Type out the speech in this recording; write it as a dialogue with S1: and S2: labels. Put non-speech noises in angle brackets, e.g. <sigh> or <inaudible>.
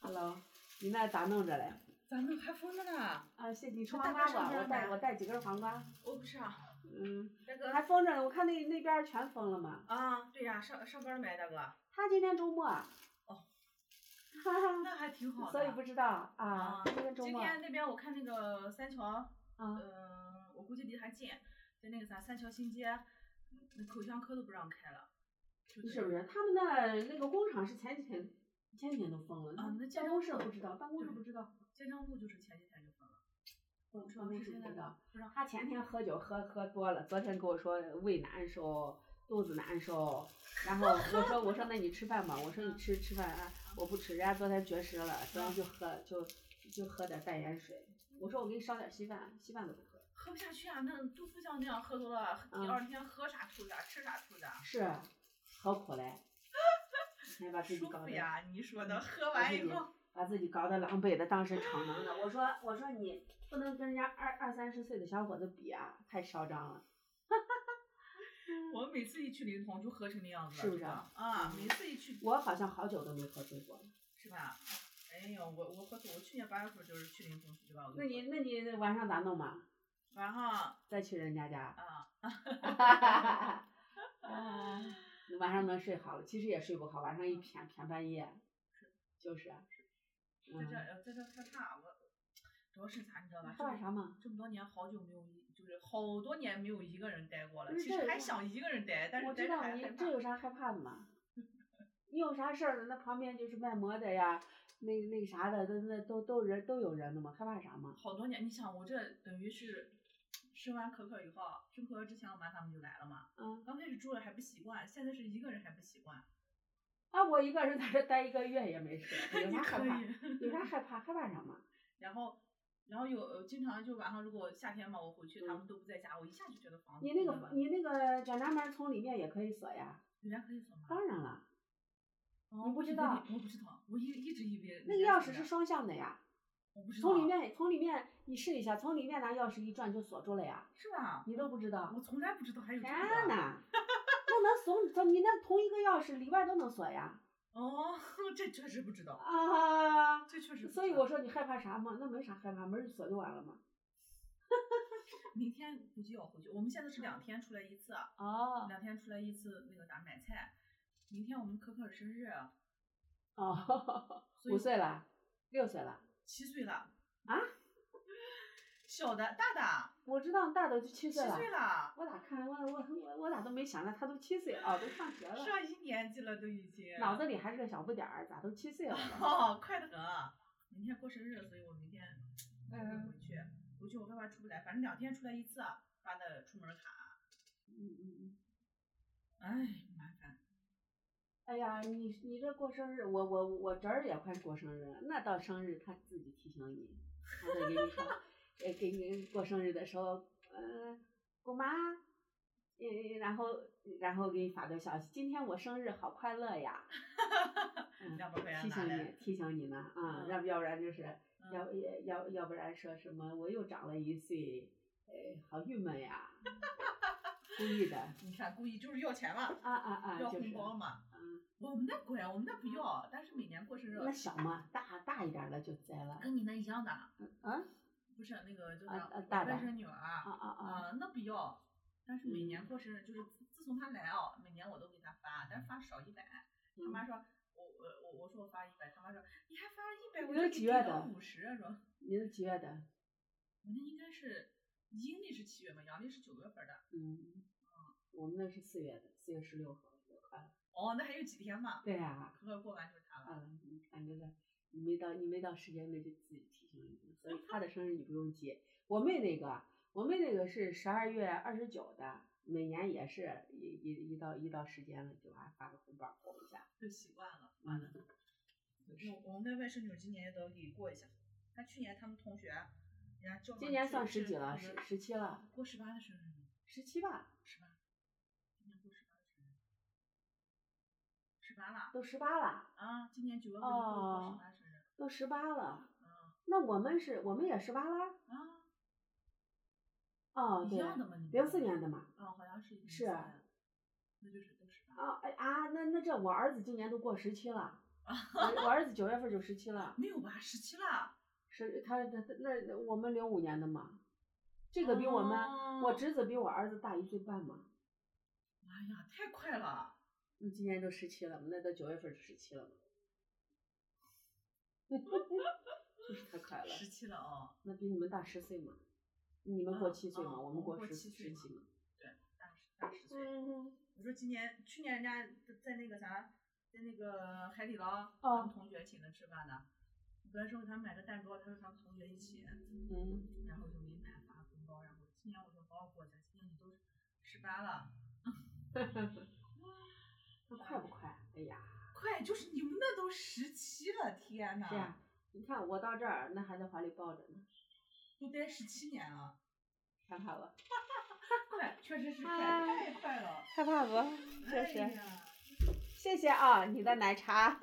S1: 个，你那咋弄着嘞？
S2: 咱们还封着呢，
S1: 啊，谢你吃黄瓜吧，
S2: 大巴
S1: 我
S2: 上
S1: 带
S2: 呢
S1: 我带几根黄瓜。
S2: 我不吃啊，
S1: 嗯，
S2: 大哥
S1: 还封着呢，我看那那边儿全封了嘛。
S2: 啊，对呀、上上班了没，大哥？
S1: 他今天周末。哦。哈
S2: 那还挺好
S1: 哈，
S2: 的。
S1: 所以不知道啊
S2: 啊，，
S1: 今天周
S2: 今
S1: 末
S2: 天那边我看那个三桥，嗯、
S1: 啊，
S2: 我估计离得还近，在那个啥三桥新街，嗯那口腔科都不让开了，是不
S1: 是不是？他们那那个工厂是前几天前几天都封了，
S2: 啊那健
S1: 办
S2: 身
S1: 公室
S2: 房
S1: 不知道，办公室
S2: 对
S1: 不知道，
S2: 健康部就是前几天就封了，
S1: 办
S2: 主要
S1: 公
S2: 是
S1: 室
S2: 现
S1: 不
S2: 在
S1: 知道。
S2: 不让
S1: 他前天喝酒喝喝多了，昨天跟我说胃难受，肚子难受，然后我说我说那你吃饭吧，我说你吃吃饭啊，我不吃，人家昨天绝食了，昨天就喝就就喝点淡盐水，我说我给你烧点稀饭，稀饭都不喝，
S2: 喝不下去啊，那杜副将那样喝多了，第
S1: 嗯
S2: 二天喝啥吐啥，吃啥吐啥，
S1: 是，何苦嘞？还把自己
S2: 舒
S1: 搞
S2: 服
S1: 得
S2: 呀，你说的，喝完以后，
S1: 把自己搞得狼狈的，当时逞能的。我说我说你不能跟人家二二三十岁的小伙子比啊，太嚣张了。
S2: 我每次一去临潼就喝成那样子了，
S1: 是不是
S2: 真的
S1: 啊
S2: 啊？
S1: 嗯
S2: 每次一去
S1: 我好像好久都没喝醉过了。
S2: 是吧？哎呦，我我喝醉，我去年八月份就是去临潼去吧，我就
S1: 那你那你晚上咋弄嘛？
S2: 晚上
S1: 再去人家家，
S2: 啊， <laughs>
S1: 啊你晚上能睡好了，其实也睡不好，晚
S2: 嗯
S1: 上一偏偏半夜，就是啊，
S2: 在这呃
S1: 嗯，
S2: 儿在这儿害怕，我主要是啥你知道吧？
S1: 干
S2: 这
S1: 啥嘛？
S2: 这么多年好久没有一，就是好多年没有一个人待过了。
S1: 不是
S2: 其
S1: 这
S2: 实
S1: 有啥
S2: 还想一个人待，但
S1: 我
S2: 是
S1: 知
S2: 待着
S1: 道
S2: 还
S1: 你
S2: 害
S1: 这
S2: 怕。
S1: 有啥害怕的
S2: <laughs>
S1: 嘛？你有啥事儿了？那旁边就是卖馍的呀，那那啥的，那那都都人都有人的嘛，害怕啥嘛？
S2: 好多年，你想我这等于是生完可可以后，生可可之前我妈他们就来了嘛。
S1: 嗯，
S2: 刚开始住着还不习惯，现在是一个人还不习惯。 <laughs>
S1: 啊，我一个人在这待一个月也没事，有
S2: <laughs> 你
S1: 啥害
S2: 可
S1: 怕？
S2: 以。
S1: 有啥害怕？害怕啥
S2: <laughs>
S1: 嘛？
S2: 然后，然后有呃经常就晚上如果夏天嘛，我回去他
S1: 嗯
S2: 们都不在家，我一下就觉得房子
S1: 你
S2: 空
S1: 那
S2: 荡
S1: 个
S2: 荡。
S1: 你那个卷闸门从里面也可以锁呀，
S2: 人家可以锁吗？
S1: 当然了，
S2: 哦
S1: 你不
S2: 我
S1: 知
S2: 以为
S1: 道
S2: 我不知道，我一一直以为
S1: 那
S2: 人
S1: 个
S2: 家
S1: 钥
S2: 锁
S1: 匙
S2: 着
S1: 是双向的呀。
S2: 我不知道
S1: 从里面从里面你试一下，从里面拿钥匙一转就锁住了呀，
S2: 是吧？
S1: 你都不知道。
S2: 我从来不知道还有这
S1: 天
S2: 个。
S1: 哪，那能锁？怎你那同一个钥匙里外都能锁呀？
S2: 哦，这确实不知道，
S1: 啊，
S2: 这确实不知道。
S1: 所以我说你害怕啥嘛？那没啥害怕，门儿锁就完了嘛。
S2: 明天估计要回去。我们现在是两天出来一次，
S1: 哦
S2: 两天出来一次那个咋买菜。明天我们可可生日，
S1: 哦， <laughs>
S2: 所以
S1: 五岁了，六岁了，
S2: 七岁了
S1: 啊？
S2: <laughs> 小的大的
S1: 我知道大的就七
S2: 七
S1: 岁了。
S2: 岁了，
S1: 我咋看我我我我咋都没想到他都七岁哦，都上学了，
S2: 上一年级了都已经。
S1: 脑子里还是个小不点儿，咋都七
S2: <laughs>
S1: 岁了呢？
S2: 哦，快得很。明天过生日，所以我明天会
S1: 嗯
S2: 回去。回去我害怕出不来，反正两天出来一次发的出门卡。
S1: 嗯嗯嗯。
S2: 哎，麻烦。
S1: 哎呀，你你这过生日，我我我侄儿也快过生日了，那到生日他自己提醒你，他会给你说，呃，给你过生日的时候，嗯、姑妈，嗯，然后然后给你发个消息，今天我生日，好快乐呀，嗯
S2: 两百块钱
S1: 提
S2: 拿
S1: 醒
S2: 来
S1: 你提醒你呢，啊、
S2: 嗯
S1: 要不要不然就是。
S2: 嗯
S1: 要要要要不然说什么我又长了一岁，哎，好郁闷
S2: <laughs>
S1: 呀，故意的，啊
S2: 你看，故意就是要钱嘛，
S1: 啊啊，
S2: 要
S1: 就是
S2: 红，包嘛。
S1: 嗯，
S2: 我们那不呀，我们那不要，但是每年过生日
S1: 那小嘛，大大一点儿的就栽
S2: <laughs>
S1: 了，
S2: 跟你那一样的。
S1: 嗯。
S2: 不是那个就是
S1: 啊啊
S2: 我
S1: 大的
S2: 外甥女儿
S1: 啊啊啊，
S2: 啊，那不要。但是
S1: 嗯
S2: 每年过生日，就是自自从她来啊，每年我都给她发，但是发少一百。他妈
S1: 嗯
S2: 说，我我我我说我发一百，他妈说你还发一百，
S1: 你
S2: 我
S1: 都
S2: 就
S1: 几
S2: 给
S1: 月
S2: 你
S1: 的
S2: 五十，啊说我
S1: 你是几月的？
S2: 那应该是阴历是七月嘛，阳历是九月份的。
S1: 嗯，我们那是四月的，四月十六号，也快了。
S2: 哦，那还有几天嘛？
S1: 对呀，
S2: 可可过完就是他了。
S1: 啊，你看这个，你没到你没到时间内就自己提醒你了，所以他的生日你不用记。我妹那个，我妹那个是十二月二十九的，每年也是一一一到一到时间了就还发个红包红一下。
S2: 就习惯了。
S1: 完了，
S2: 嗯我我们那外甥女今年也得给过一下，她去年他们同学，人家叫
S1: 今年算十几了，十
S2: 十
S1: 十七了，
S2: 过十八的生日吗？
S1: 十七吧，
S2: 十八，今年过十八的生日，十八了
S1: 都十八了，
S2: 啊！今年九月份就过
S1: 哦
S2: 十八生日
S1: 都十八了。
S2: 啊
S1: 那我们是，我们也十八啦。
S2: 啊，
S1: 哦，
S2: 一
S1: 对，
S2: 样的嘛，你们
S1: 零四年的嘛。
S2: 啊，好像是一
S1: 是啊
S2: 四年，那就是都十八。 <laughs>
S1: 啊哎啊，那那这我儿子今年都过十七了，我我儿子九月份就十七了，
S2: 没有吧？十七了，
S1: 是他他他那我们零五年的嘛，这个比我们、我
S2: 哦
S1: 侄子比我儿子大一岁半嘛，
S2: 哎呀，太快了！
S1: 你今年都十七了，那到九月份就十七了嘛， <laughs> 就是太快了，
S2: 十七了哦，
S1: 那比你们大十岁嘛，你们过七岁嘛，
S2: 啊啊
S1: 我
S2: 我
S1: 们
S2: 们
S1: 过
S2: 过
S1: 十
S2: 七岁
S1: 十七
S2: 嘛
S1: 嘛，
S2: 大十大十岁。
S1: 嗯，
S2: 我说今年去年人家在那个啥，在那个海底捞，
S1: 哦
S2: 他们同学请他吃饭的。我本来说给他买个蛋糕，他说他们同学一起，
S1: 嗯，
S2: 然后就没买发红包。然后今年我说包过去，今年你都十八了，
S1: 那快不快？哎呀，
S2: 快就是你们那都十七了，天呐，
S1: 是啊呀、你看我到这儿，那还在怀里抱着呢，
S2: 都待十七年了，
S1: 看看吧，
S2: 快，确实是快，
S1: 哎
S2: 太快了，
S1: 害怕不？
S2: 哎
S1: 确实，
S2: 呀
S1: 谢谢啊，你的奶茶。